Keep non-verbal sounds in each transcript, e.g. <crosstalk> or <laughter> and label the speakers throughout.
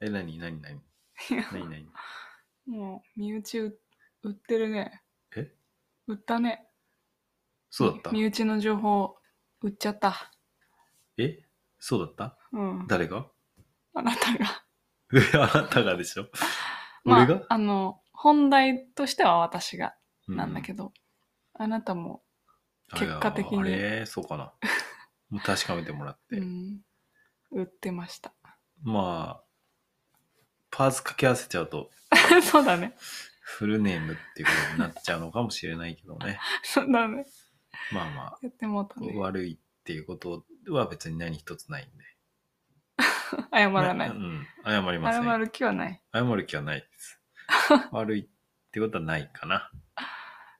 Speaker 1: え、なになになに
Speaker 2: いや
Speaker 1: なになに
Speaker 2: もう、身内う売ってるね。
Speaker 1: え
Speaker 2: 売ったね。
Speaker 1: そうだった
Speaker 2: 身内の情報、売っちゃった。
Speaker 1: えそうだった
Speaker 2: うん。
Speaker 1: 誰が <laughs>
Speaker 2: あなたが。
Speaker 1: あなたがでしょ俺が
Speaker 2: まあ、あの、本題としては私が
Speaker 1: う
Speaker 2: なんだけど、あなたも、
Speaker 1: あいや
Speaker 2: 結果的に
Speaker 1: あれそうか
Speaker 2: <laughs>
Speaker 1: な。もう確かめてもらって。
Speaker 2: うん、売ってま
Speaker 1: <laughs>
Speaker 2: した。
Speaker 1: まあ、パーツ掛け合わせちゃうと、
Speaker 2: そうだね。
Speaker 1: フルネームっていうことになっちゃうのかもしれないけどね。
Speaker 2: <laughs> そうだね。
Speaker 1: まあま
Speaker 2: やってもうた
Speaker 1: あ、
Speaker 2: ね。
Speaker 1: 悪いっていうことは別に何一つないんで。
Speaker 2: 謝らない。
Speaker 1: うん。謝りません。
Speaker 2: 謝る気はない。
Speaker 1: 謝る気はない
Speaker 2: <laughs>
Speaker 1: です。悪いってことはないかな。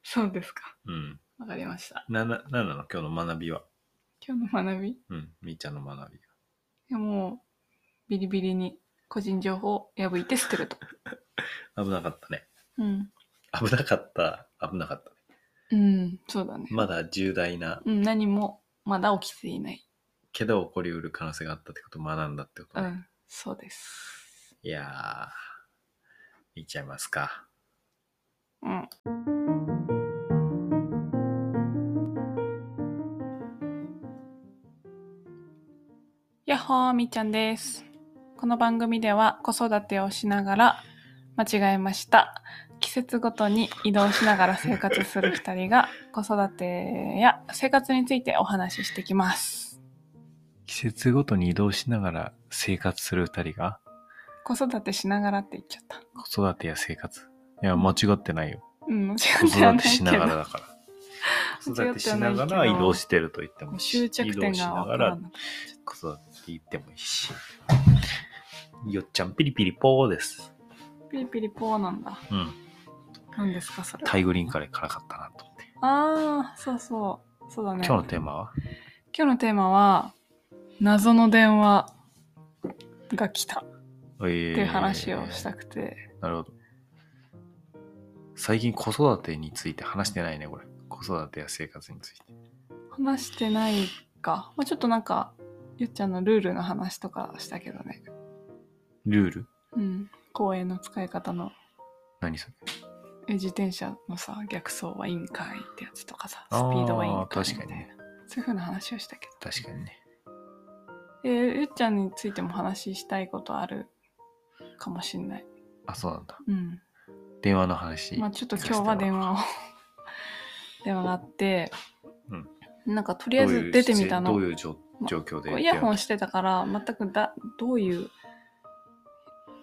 Speaker 2: そうですか。
Speaker 1: うん。
Speaker 2: わかりました。
Speaker 1: な、な、なんなの今日の学びは。
Speaker 2: 今日の学び、い
Speaker 1: うん。みーちゃんの学びは。
Speaker 2: やもう、ビリビリに個人情報を破いて捨て
Speaker 1: <laughs>
Speaker 2: ると。
Speaker 1: 危なかったね。
Speaker 2: うん。
Speaker 1: 危なかった。危なかったね。
Speaker 2: うん、そうだね。
Speaker 1: まだ重大な、
Speaker 2: うん、何もまだ起きていない。
Speaker 1: けど起こりうる可能性があったってことを学んだってこと
Speaker 2: う
Speaker 1: ね。
Speaker 2: ん、そうです。
Speaker 1: いやー、いっちゃいますか。
Speaker 2: うん。やっほーみーちゃんです。この番組では子育てをしながら間違えました。季節ごとに移動しながら生活する2人が子育てや生活についてお話ししてきます。
Speaker 1: 季節ごとに移動しながら生活する二人が、
Speaker 2: 子育てしながらって言っちゃった。
Speaker 1: 子育てや生活。いや、間違ってないよ。
Speaker 2: うん、 <laughs> 間違
Speaker 1: 子
Speaker 2: っては
Speaker 1: 育
Speaker 2: な
Speaker 1: て
Speaker 2: い
Speaker 1: し
Speaker 2: け
Speaker 1: ながら
Speaker 2: ど。
Speaker 1: だから。子
Speaker 2: 間違
Speaker 1: 育
Speaker 2: ってはないけど
Speaker 1: てしながら移動してると言ってもいいし
Speaker 2: 執着点
Speaker 1: 移動し
Speaker 2: が
Speaker 1: な
Speaker 2: わ
Speaker 1: が
Speaker 2: から
Speaker 1: ら
Speaker 2: なかっ
Speaker 1: 子育て行ってもいいし。よっちゃんピリピリポーです。
Speaker 2: た。ピリピリポーなんだ。
Speaker 1: うん。
Speaker 2: 何ですかそれは
Speaker 1: タイグリーンカレー辛かったなと思って。
Speaker 2: ああ、そうそう。そうだね。
Speaker 1: 今日のテーマは
Speaker 2: 今日のテーマは、謎の電話が来たっ
Speaker 1: えー
Speaker 2: ていう話をしたくて。
Speaker 1: なるほど。最近子育てについて話してないね、これ。子育てや生活について。
Speaker 2: 話してないか。まあ、ちょっとなんか、ゆっちゃんのルールの話とかしたけどね。
Speaker 1: ルール
Speaker 2: うん。公園の使い方の、
Speaker 1: 何それ
Speaker 2: え自転車のさ、逆走は委員会ってやつとかさ、スピードは委員会みたいな。そういうふうな話をしたけど。
Speaker 1: あー確かにね。確かにね。
Speaker 2: えーゆっちゃんについても話したいことあるかもしんない。
Speaker 1: あ、そうなんだ。
Speaker 2: うん。
Speaker 1: 電話の話。
Speaker 2: まあ、ちょっと今日は
Speaker 1: <laughs>
Speaker 2: 電話を電話があって、なんかとりあえ
Speaker 1: どうい
Speaker 2: ず
Speaker 1: う
Speaker 2: 出てみた
Speaker 1: ど
Speaker 2: の
Speaker 1: ういう状状況で
Speaker 2: こうイヤホン
Speaker 1: し
Speaker 2: してたから全くだどういう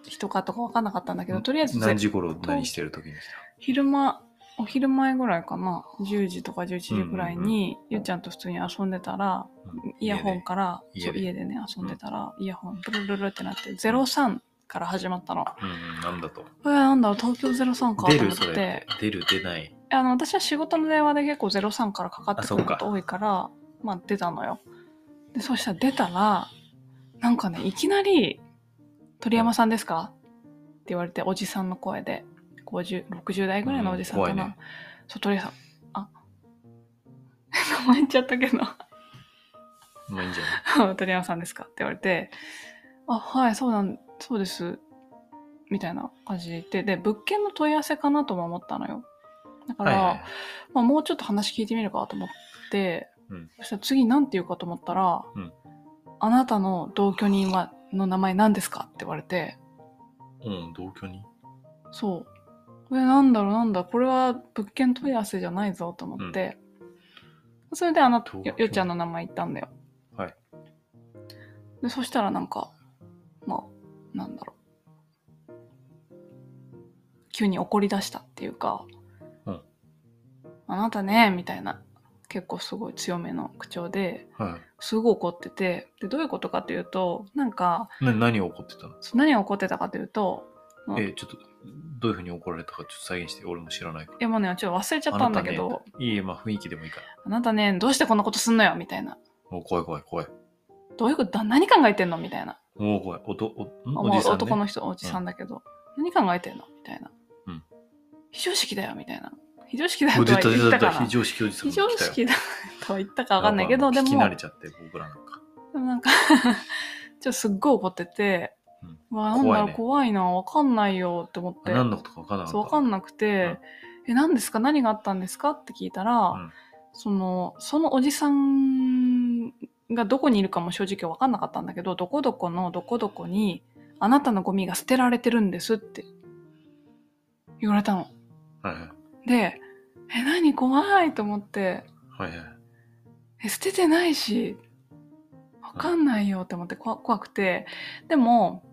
Speaker 2: 人かとか分かんなかったんだけどとりあえず
Speaker 1: 何時頃何してる時に来
Speaker 2: 昼間お昼前ぐらいかな10時とか11時ぐらいに、ゆうちゃんと普通に遊んでたら
Speaker 1: たうん
Speaker 2: イヤホンから
Speaker 1: 家で
Speaker 2: そう家でね遊んでたら、イヤホンブルルルってなって03から始まったの、
Speaker 1: 家でうん、なんだと。
Speaker 2: えーなんだ東京03かと
Speaker 1: 出
Speaker 2: 思
Speaker 1: る
Speaker 2: っ
Speaker 1: そ
Speaker 2: て
Speaker 1: れ。出る出ない。
Speaker 2: あの私は仕事の電話で結構03からかかってくる
Speaker 1: あそ
Speaker 2: こ
Speaker 1: うか
Speaker 2: と多いからまあ出たのよでそしたら出たらなんかねいきなり「鳥山さんですか?」って言われておじさんの声で50 60代ぐらいのおじさん
Speaker 1: う
Speaker 2: かな、
Speaker 1: ん怖いね
Speaker 2: そう鳥山さんあ <laughs> 名前言っちゃったけど
Speaker 1: まあいいんじゃない
Speaker 2: <laughs> 鳥山さんですか?」って言われて「あはいそうなんそうです」みたいな感じで言ってで物件の問い合わせかなとも思ったのよだから、
Speaker 1: はいはい。
Speaker 2: まあ、もうちょっと話聞いてみるかと思って、
Speaker 1: うん
Speaker 2: そしたら次何て言うかと思ったら、
Speaker 1: うん
Speaker 2: あなたの同居人はの名前何ですかって言われて、
Speaker 1: うん、同居に。
Speaker 2: そう。これなんだろうなんだ、これは物件問い合わせじゃないぞと思って、それであなた
Speaker 1: 同、居
Speaker 2: よ
Speaker 1: 人
Speaker 2: よっちゃんの名前言ったんだよ。
Speaker 1: はい。
Speaker 2: で、そしたらなんか、まあ、なんだろう。急に怒り出したっていうか、
Speaker 1: うん
Speaker 2: あなたね、みたいな、結構すごい強めの口調で、
Speaker 1: は
Speaker 2: すごい怒ってて、で、どういうことかというと、なんか、
Speaker 1: い。な何を怒ってたの
Speaker 2: そう何が怒ってたかというと、うん
Speaker 1: え、ちょっと、どういうふうに怒られたかちょっと再現して、俺も知らないから。
Speaker 2: いやもうね、ちょっと忘れちゃったんだけど、
Speaker 1: あなたねいいえ、まあ雰囲気でもいいから。
Speaker 2: あなたね、どうしてこんなことすんのよみたいな。
Speaker 1: もう怖い怖い怖い。
Speaker 2: どういうことだ何考えてんのみたいな。
Speaker 1: もう怖い。おとおん
Speaker 2: まあ
Speaker 1: おじさん、ね、
Speaker 2: 男の人、おじさんだけど、何考えてんのみたいな。
Speaker 1: うん
Speaker 2: 非常識だよみたいな。非常識だ
Speaker 1: も
Speaker 2: よ
Speaker 1: う
Speaker 2: と
Speaker 1: 出
Speaker 2: は
Speaker 1: た
Speaker 2: 言
Speaker 1: 出
Speaker 2: ったた
Speaker 1: 出
Speaker 2: か
Speaker 1: た
Speaker 2: な
Speaker 1: 非。常識おじさん
Speaker 2: 非常識だとは言ったかわかんないけど、で
Speaker 1: で
Speaker 2: も、
Speaker 1: も聞き慣れ
Speaker 2: で <laughs>
Speaker 1: ちゃって僕らなんか
Speaker 2: もなんか、ちょっとすっごい怒ってて、
Speaker 1: うん
Speaker 2: わなんだろう
Speaker 1: 怖いね
Speaker 2: 怖いなわかんないよって思って
Speaker 1: 何のことか分からなかった。
Speaker 2: そうわかんなくて、え何ですか何があったんですかって聞いたら、
Speaker 1: うん
Speaker 2: そのそのおじさんがどこにいるかも正直わかんなかったんだけどどこどこのどこどこにあなたのゴミが捨てられてるんですって言われたの。
Speaker 1: はいはい
Speaker 2: でえ何怖いと思って
Speaker 1: はいはい。
Speaker 2: え捨ててないしわかんないよって思ってこわ怖くてでも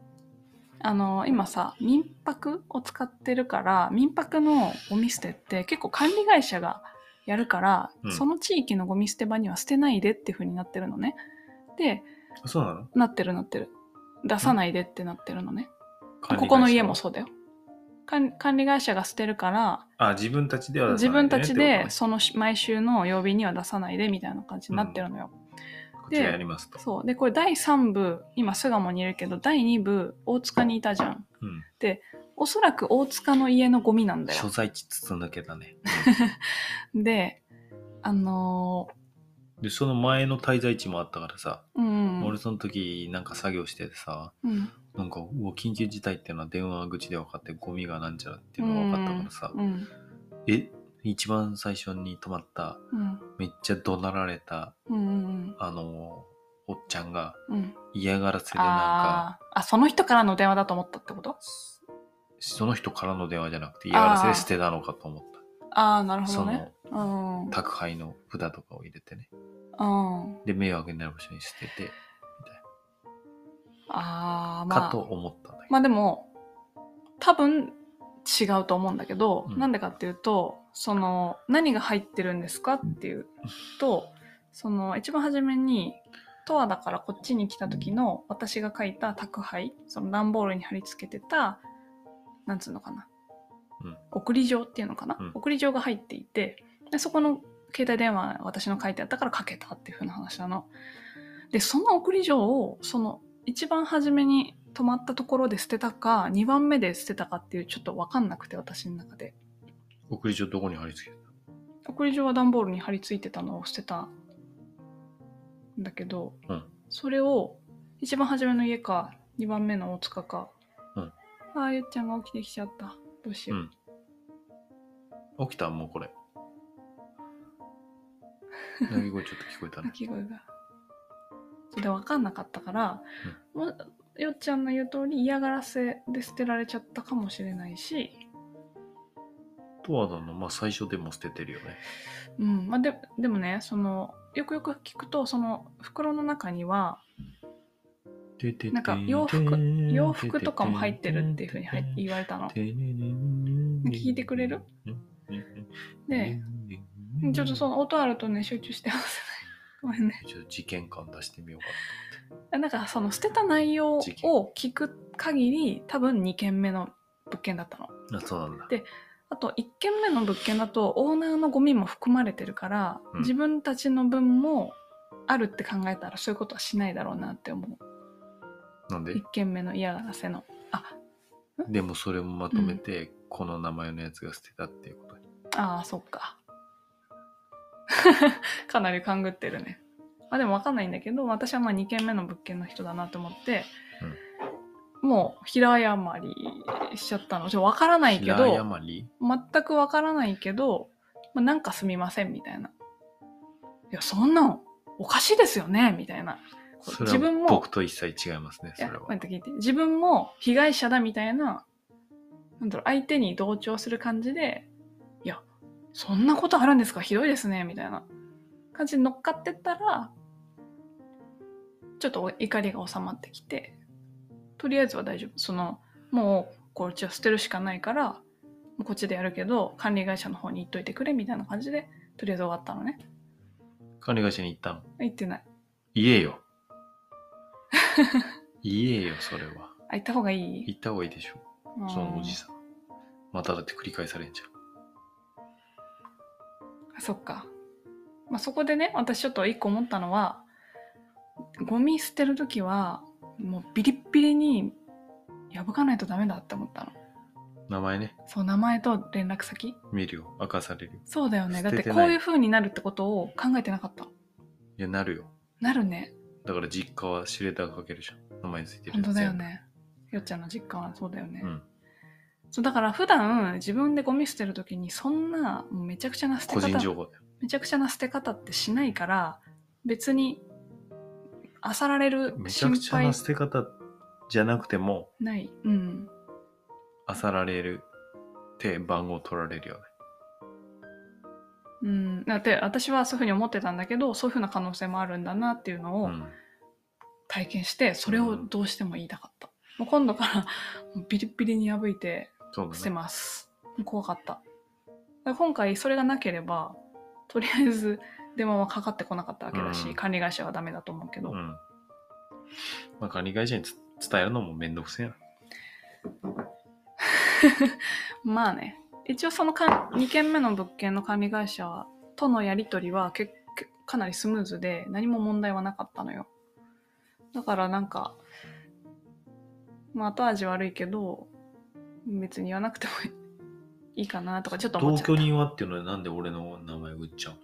Speaker 2: あの今さ民泊を使ってるから民泊のゴミ捨てって結構管理会社がやるから、
Speaker 1: うん
Speaker 2: その地域のゴミ捨て場には捨てないでっていう風になってるのねで
Speaker 1: あそうなの
Speaker 2: なってるなってる出さないでってなってるのね、
Speaker 1: 管理会社
Speaker 2: ここの家もそうだよ管管理会社が捨てるから
Speaker 1: あ、自分たちでは出さ
Speaker 2: 自
Speaker 1: ない
Speaker 2: 分
Speaker 1: でね
Speaker 2: たちでそのし毎週の曜日には出さないでみたいな感じになってるのよ、
Speaker 1: こちらやりますと。
Speaker 2: そう。で、これ第3部、今巣鴨にいるけど、第2部、大塚にいたじゃん。
Speaker 1: うん。
Speaker 2: おそらく大塚の家のゴミなんだよ
Speaker 1: 所。在地筒抜けだね。
Speaker 2: で、あの
Speaker 1: で、その前の滞在地もあったからさ、
Speaker 2: ーうん。
Speaker 1: 俺その時なんか作業しててさ、
Speaker 2: うん。
Speaker 1: なんか、うわ緊急事態っていうのは電話口で分かって、ゴミがなんちゃらっていうのが分かったからさ、
Speaker 2: うん。
Speaker 1: え、一番最初に泊まった、
Speaker 2: うん。
Speaker 1: めっちゃ怒鳴られた、
Speaker 2: うん。うん。
Speaker 1: あの、おっちゃんが
Speaker 2: うん。
Speaker 1: 嫌がらせでなんか、
Speaker 2: あーあ、その人からの電話だと思ったってこと
Speaker 1: その人からの電話じゃなくて嫌がらせで捨てたのかと思っ
Speaker 2: ああ、なる
Speaker 1: た。
Speaker 2: ほ
Speaker 1: そ
Speaker 2: どね
Speaker 1: の。
Speaker 2: うん。うん。
Speaker 1: 宅配の札とかを入れてね。で、迷惑になる場所に捨てて、
Speaker 2: ああ、ま
Speaker 1: か
Speaker 2: あ
Speaker 1: と。思ったんだけど。
Speaker 2: まあでも、多分違うと思うんだけど、
Speaker 1: うん
Speaker 2: なんでかっていうと、その、何が入ってるんですかっていうと、その、一番初めに、トアだからこっちに来た時の私が書いた宅配、その段ボールに貼り付けてた、なんつうのかな、
Speaker 1: うん
Speaker 2: 送り状っていうのかな、
Speaker 1: うん
Speaker 2: 送り状が入っていて、でそこの携帯電話私の書いてあったからかけたっていう風な話なの。でその送り状をその一番初めに泊まったところで捨てたか2番目で捨てたかっていうちょっと分かんなくて私の中で
Speaker 1: 送り状どこに貼り付けた
Speaker 2: 送り状は段ボールに貼り付いてたのを捨てたんだけど、
Speaker 1: うん
Speaker 2: それを一番初めの家か2番目の大塚か、
Speaker 1: うん
Speaker 2: ああゆっちゃんが起きてきちゃったどうしよう、
Speaker 1: うん起きたもう
Speaker 2: <laughs>
Speaker 1: これ。泣き声ちょっと聞こえたね
Speaker 2: 鳴。き声が。それで分かんなかったから、もうよっちゃんの言う通り嫌がらせで捨てられちゃったかもしれないし、
Speaker 1: とはだの、まあ最初でも捨ててるよね。
Speaker 2: うんまあ、ででもねそのよくよく聞くとその袋の中には
Speaker 1: ててて
Speaker 2: なんか洋服洋服とかも入ってるっていうふうにはい言われたの。聞
Speaker 1: 聞
Speaker 2: いてくれるで、ちょっとその音あるとね集中して話せない <laughs> ごめんね
Speaker 1: ちょっと事件感出してみようか
Speaker 2: なんかその捨てた内容を聞く限り多分2件目の物件だったの
Speaker 1: な。あ、そうなんだ。
Speaker 2: であと1件目の物件だとオーナーのゴミも含まれてるから、
Speaker 1: うん
Speaker 2: 自分たちの分もあるって考えたらそういうことはしないだろうなって思
Speaker 1: なん
Speaker 2: う
Speaker 1: で
Speaker 2: 1、件目の嫌がらせの
Speaker 1: でもそれもまとめて、この名前のやつが捨てたっていうことに。
Speaker 2: ああ、そっか。 <laughs> かなり勘ぐってるね。まあでも分かんないんだけど、私はまあ2軒目の物件の人だなと思って、もう平謝りしちゃったの。ちょっと分からないけ
Speaker 1: 平
Speaker 2: ど、
Speaker 1: 山り
Speaker 2: 全く分からないけど、まあ、なんかすみませんみたいな。いや、そんなんおかしいですよねみたいな。こう
Speaker 1: それ
Speaker 2: 自
Speaker 1: は
Speaker 2: 分も
Speaker 1: 僕、と一切違いますね、
Speaker 2: い
Speaker 1: そ
Speaker 2: や、
Speaker 1: れは。
Speaker 2: 待って聞いて。自分も被害者だみたいな、なんだろう、相手に同調する感じで、いや、そんなことあるんですかひどいですね、みたいな感じに乗っかってったら、ちょっとお怒りが収まってきて、とりあえずは大丈夫。その、もう、こっちは捨てるしかないから、もうこっちでやるけど、管理会社の方に行っといてくれ、みたいな感じで、とりあえず終わったのね。
Speaker 1: 管理会社に行ったの
Speaker 2: 行ってない。
Speaker 1: 言えよ。言えよ、それは。
Speaker 2: あ、行った方がいい
Speaker 1: 行った方がいいでしょ。そのおじさん。まただって繰り返されんじゃん。
Speaker 2: あそっか。まあ、そこでね、私ちょっと一個思ったのは、ゴミ捨てるときは、もうビリッビリに破かないとダメだって思ったの。
Speaker 1: 名前ね、
Speaker 2: そう、名前と連絡先
Speaker 1: 見るよ。明かされるよ。
Speaker 2: そうだよね。だ
Speaker 1: 捨
Speaker 2: ってて
Speaker 1: てない
Speaker 2: こういう風になるってことを考えてなかった。
Speaker 1: いや、なるよ。
Speaker 2: なるね。
Speaker 1: だから実家は知れたがかけるじゃん。名前ついてる
Speaker 2: 本
Speaker 1: やつ
Speaker 2: 当だよね。よっちゃんの実家はそうだよね、
Speaker 1: うん
Speaker 2: そうだから普段自分でゴミ捨てる時にそんなもうめちゃくちゃな捨て
Speaker 1: 個人
Speaker 2: 方
Speaker 1: 情報だよ。
Speaker 2: めちゃくちゃな捨て方ってしないから別に漁られる
Speaker 1: めちゃく
Speaker 2: 心
Speaker 1: ちゃ
Speaker 2: 配
Speaker 1: な捨て方じゃなくても、
Speaker 2: ない、うん、
Speaker 1: 漁られるって番号取られるよね。
Speaker 2: うん、だって私はそういうふうに思ってたんだけどそういうふうな可能性もあるんだなっていうの
Speaker 1: う
Speaker 2: を
Speaker 1: ん。
Speaker 2: 体験して、それをどうしても言いたかった、もう今度からもうビリビリに破いて
Speaker 1: そう
Speaker 2: 捨
Speaker 1: だね。
Speaker 2: てます、もう怖かっただから今回それがなければとりあえず電話はかかってこなかったわけだし、
Speaker 1: うん
Speaker 2: 管理会社はダメだと思うけ
Speaker 1: う
Speaker 2: ど、
Speaker 1: ん。まあ、管理会社につ伝えるのもめんどくせえな。
Speaker 2: まあね一応そのか2件目の物件の管理会社はとのやり取りはけけかなりスムーズで何も問題はなかったのよだからなんか、まあ、後味悪いけど別に言わなくてもいいかなとかちょっと思っ
Speaker 1: 同
Speaker 2: ちゃった
Speaker 1: 居人はっていうのはなんで俺の名前売っちゃう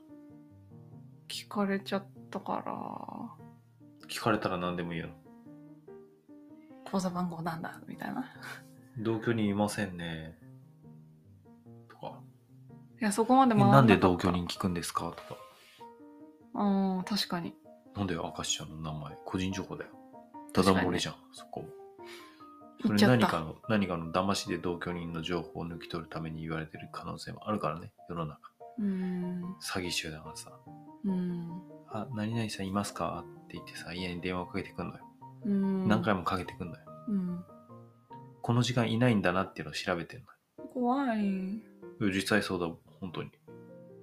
Speaker 2: 聞かれちゃったから
Speaker 1: の聞かれたら何でも言うの。
Speaker 2: 口座番号なんだみたいな
Speaker 1: 同居人いませんね。とか。
Speaker 2: いやそこまで
Speaker 1: え
Speaker 2: も
Speaker 1: なんで同居人聞くんですかとか。
Speaker 2: うん確かに
Speaker 1: なんで明石ちゃんの名前個人情報だよ。ただ漏れじゃん、そこも。そ
Speaker 2: 言っ
Speaker 1: れ
Speaker 2: ちゃっ
Speaker 1: 何
Speaker 2: た
Speaker 1: かの、何かの騙しで同居人の情報を抜き取るために言われてる可能性もあるからね、世の中。
Speaker 2: うーん
Speaker 1: 詐欺集団がさ、
Speaker 2: うーん
Speaker 1: あ、何々さんいますかって言ってさ、家に電話かけてくんのよ。
Speaker 2: うーん
Speaker 1: 何回もかけてくんのよ。
Speaker 2: うん
Speaker 1: この時間いないんだなっていうのを調べてん
Speaker 2: 怖い
Speaker 1: のよ。実際そうだ、本当に。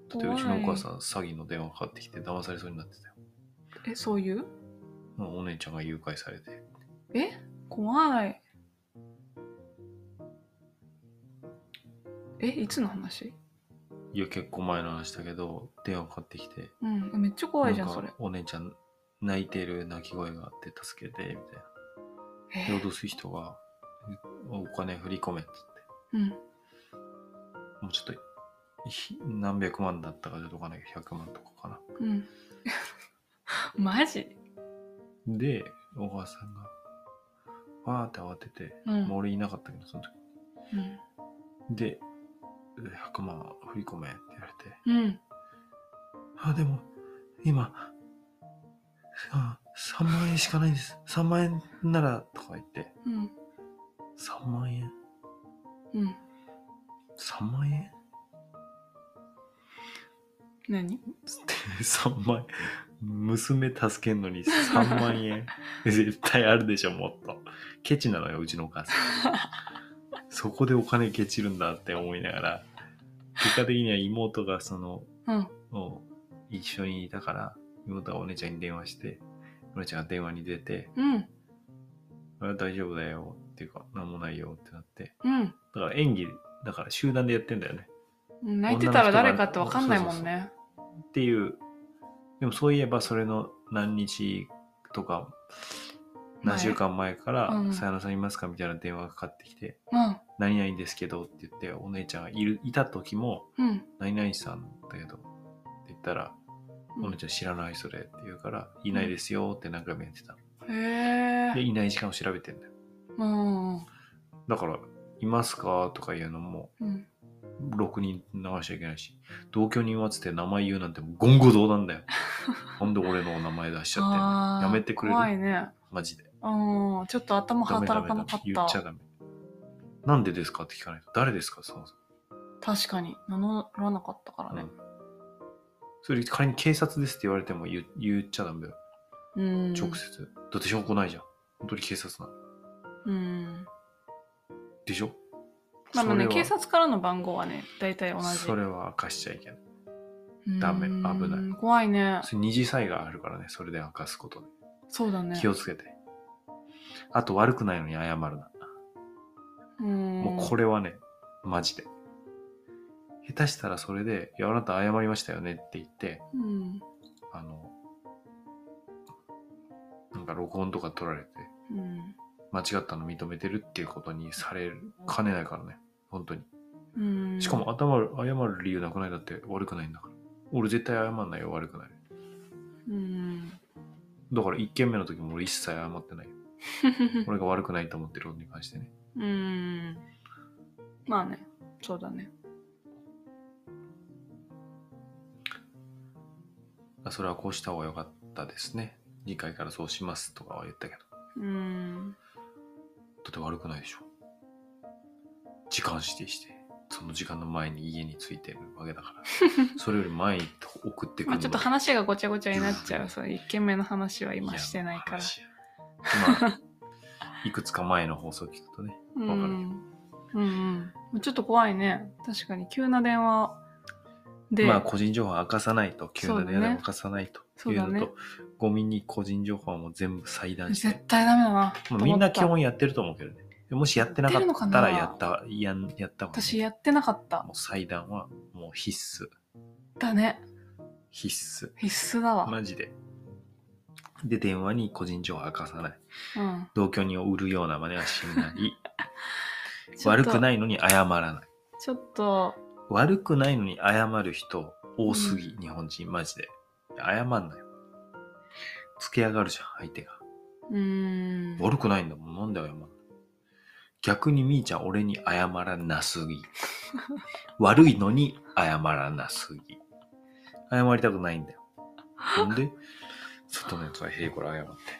Speaker 1: だってうちのお母さ
Speaker 2: ん
Speaker 1: ん、詐欺の電話かかってきて騙されそうになってたよ。
Speaker 2: えそういう
Speaker 1: もうお姉ちゃんが誘拐されて。
Speaker 2: 怖いえいつの話
Speaker 1: いや、結構前の話だけど、電話かかってきて、
Speaker 2: うんめっちゃ怖いじゃん
Speaker 1: な
Speaker 2: そ
Speaker 1: か
Speaker 2: れ
Speaker 1: お姉ちゃん泣いてる泣き声があって助けてみたい
Speaker 2: え
Speaker 1: なで脅す人がお金振り込めって
Speaker 2: うん
Speaker 1: 言ってもうちょっとひ何百万だったかちょっとわかんないけど100万とかかな
Speaker 2: うん <laughs> マジ
Speaker 1: でお母さんがわーって慌てて、
Speaker 2: うん
Speaker 1: もう俺いなかったけどその時
Speaker 2: うん
Speaker 1: で100万振り込めって言われて
Speaker 2: うん
Speaker 1: あでも今あ3万円しかないんです3万円ならとか言って
Speaker 2: うん
Speaker 1: 3万円
Speaker 2: うん
Speaker 1: 3万円
Speaker 2: 何 <laughs>
Speaker 1: <laughs> 3万円娘助けんのに3万
Speaker 2: <laughs>
Speaker 1: 円絶対あるでしょもっとケチなのようちのお母さんそこでお金ケチるんだって思いながら結果的には妹がその
Speaker 2: うん
Speaker 1: もう一緒にいたから妹がお姉ちゃんに電話してお姉ちゃんが電話に出て
Speaker 2: うん
Speaker 1: 「あ大丈夫だよ」っていうか「何もないよ」ってなって
Speaker 2: うん
Speaker 1: だから演技だから集団でやってんだよね
Speaker 2: 泣いてたら誰かって分かんないもんね
Speaker 1: っていうでもそういえばそれの何日とか
Speaker 2: 前
Speaker 1: 何週間前から
Speaker 2: う
Speaker 1: 「
Speaker 2: ん
Speaker 1: さやなさんいますか?」みたいな電話がかかってきて
Speaker 2: うん
Speaker 1: 「何々ですけど」って言ってお姉ちゃんがいるいた時も
Speaker 2: うん
Speaker 1: 「何々さんだけど」って言ったら「お姉ちゃん知らないそれ」って言うから「いないですよ」って何回も言ってた
Speaker 2: へ
Speaker 1: で
Speaker 2: え
Speaker 1: いない時間を調べてんだよ
Speaker 2: うんうん
Speaker 1: だから「いますか?」とか言うのも
Speaker 2: うん
Speaker 1: 6人流しちゃいけないし同居人はつって名前言うなんてもう言語道断
Speaker 2: <laughs>
Speaker 1: だよなんで俺のお名前出しちゃってんの
Speaker 2: あー
Speaker 1: やめてくれる
Speaker 2: 怖いね
Speaker 1: マジで。
Speaker 2: うんちょっと頭
Speaker 1: ダメダ
Speaker 2: 働
Speaker 1: メダメ
Speaker 2: かなかっ
Speaker 1: 言っちゃ
Speaker 2: た
Speaker 1: ダメ。なんでですかって聞かないと。誰ですかそもそも。
Speaker 2: 確かに名乗らなかったからね
Speaker 1: それ仮に警察ですって言われても言う言っちゃダメだよ。
Speaker 2: うん
Speaker 1: 直接。だって証拠ないじゃん。本当に警察なの。
Speaker 2: うん
Speaker 1: でしょ
Speaker 2: まあまあね、
Speaker 1: それは
Speaker 2: 警察からの番号はね、大体同じ。
Speaker 1: それは明かしちゃいけない。
Speaker 2: ダ。
Speaker 1: ダメ危ない
Speaker 2: 怖いね。
Speaker 1: それ二次災害あるからね、それで明かすことで。
Speaker 2: そうだね。
Speaker 1: 気をつけて。あと悪くないのに謝るな。
Speaker 2: うん。
Speaker 1: もうこ
Speaker 2: れ。
Speaker 1: れはね、マジで。下手したらそれで、いや、あなた謝りましたよねって言って、
Speaker 2: うん。
Speaker 1: あの、なんか録音とか取られて、
Speaker 2: うん。
Speaker 1: 間違ったの認めてるっていうことにされかねないからね、本当に。
Speaker 2: うん。
Speaker 1: しかも、頭謝る理由なくないだって悪くないんだから。俺絶対謝んないよ、悪くない。
Speaker 2: うん。
Speaker 1: だから1件目の時も俺一切謝ってないよ。俺が悪くないと思ってることに関してね。
Speaker 2: うーん。まあね、そうだね。
Speaker 1: あそれはこうした方が良かったですね。次回からそうしますとかは言ったけど。
Speaker 2: うーん。
Speaker 1: だって悪くないでしょ。時間指定して、その時間の前に家に着いてるわけだ
Speaker 2: <laughs>
Speaker 1: から。それより前に送ってくる
Speaker 2: まあ
Speaker 1: の
Speaker 2: ちょっと話がごちゃごちゃになっちゃう。そう、一件目の話は今してないから。
Speaker 1: ら。まあ、いくつか前の放送聞くとね。
Speaker 2: う
Speaker 1: わかる
Speaker 2: ん。うんうん。もうちょっと怖いね。確かに急な電話で、
Speaker 1: まあ、個人情報は明かさないと、急
Speaker 2: そ
Speaker 1: な
Speaker 2: うだね
Speaker 1: 電話で明かさないと
Speaker 2: そう
Speaker 1: いう
Speaker 2: だ
Speaker 1: のと、
Speaker 2: ね
Speaker 1: ゴミに個人情報はもう全部裁断して
Speaker 2: 絶。対ダメだな。
Speaker 1: まあ、みんな基
Speaker 2: と思っ
Speaker 1: 本やってると思うけどね。もしやってなかったらやった、やんやった方が
Speaker 2: た
Speaker 1: い
Speaker 2: 私
Speaker 1: いね、
Speaker 2: やってなかった
Speaker 1: も。う裁断はもう必須。
Speaker 2: だね。
Speaker 1: 必須。
Speaker 2: 必須だわ。
Speaker 1: マジで。で、電話に個人情報は明かさない。
Speaker 2: うん。
Speaker 1: 同居人を売るような真似はしない。
Speaker 2: ちょっと
Speaker 1: 悪くないのに謝らない。
Speaker 2: ちょっと、
Speaker 1: 悪くないのに謝る人多すぎ、日本人、マジで。謝んなよ。つけ上がるじゃん、相手が。
Speaker 2: うーん。
Speaker 1: 悪くないんだもん、なんで謝るの逆にみーちゃん、俺に謝らなす <laughs> ぎ。悪いのに謝らなすぎ。謝りたくないんだよ。なんで外のやつはへいこら謝 <laughs> って。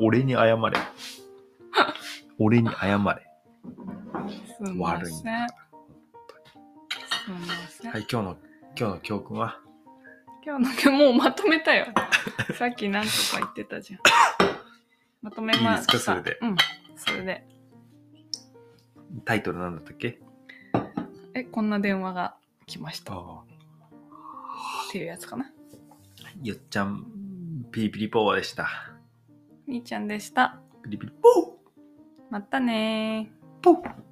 Speaker 1: 俺に謝れ。俺に謝れ。
Speaker 2: すみま
Speaker 1: 悪いん
Speaker 2: せ
Speaker 1: だ
Speaker 2: ん。
Speaker 1: か
Speaker 2: すみませ
Speaker 1: ら。
Speaker 2: ん。
Speaker 1: はい、今日の、今日の教訓は、
Speaker 2: 今日の今日もうまとめた
Speaker 1: <laughs>
Speaker 2: よ。さっき何とか言ってたじゃん。まとめました。
Speaker 1: いいですかそれで
Speaker 2: うん。それで。
Speaker 1: タイトルなんだったっけ
Speaker 2: え、こんな電話が来ましたっ
Speaker 1: ああ。
Speaker 2: ていうやつかな。
Speaker 1: よっちゃん、ピリピリポーでした。
Speaker 2: みーちゃんでした。
Speaker 1: ピリピリポー
Speaker 2: またねー。
Speaker 1: ポー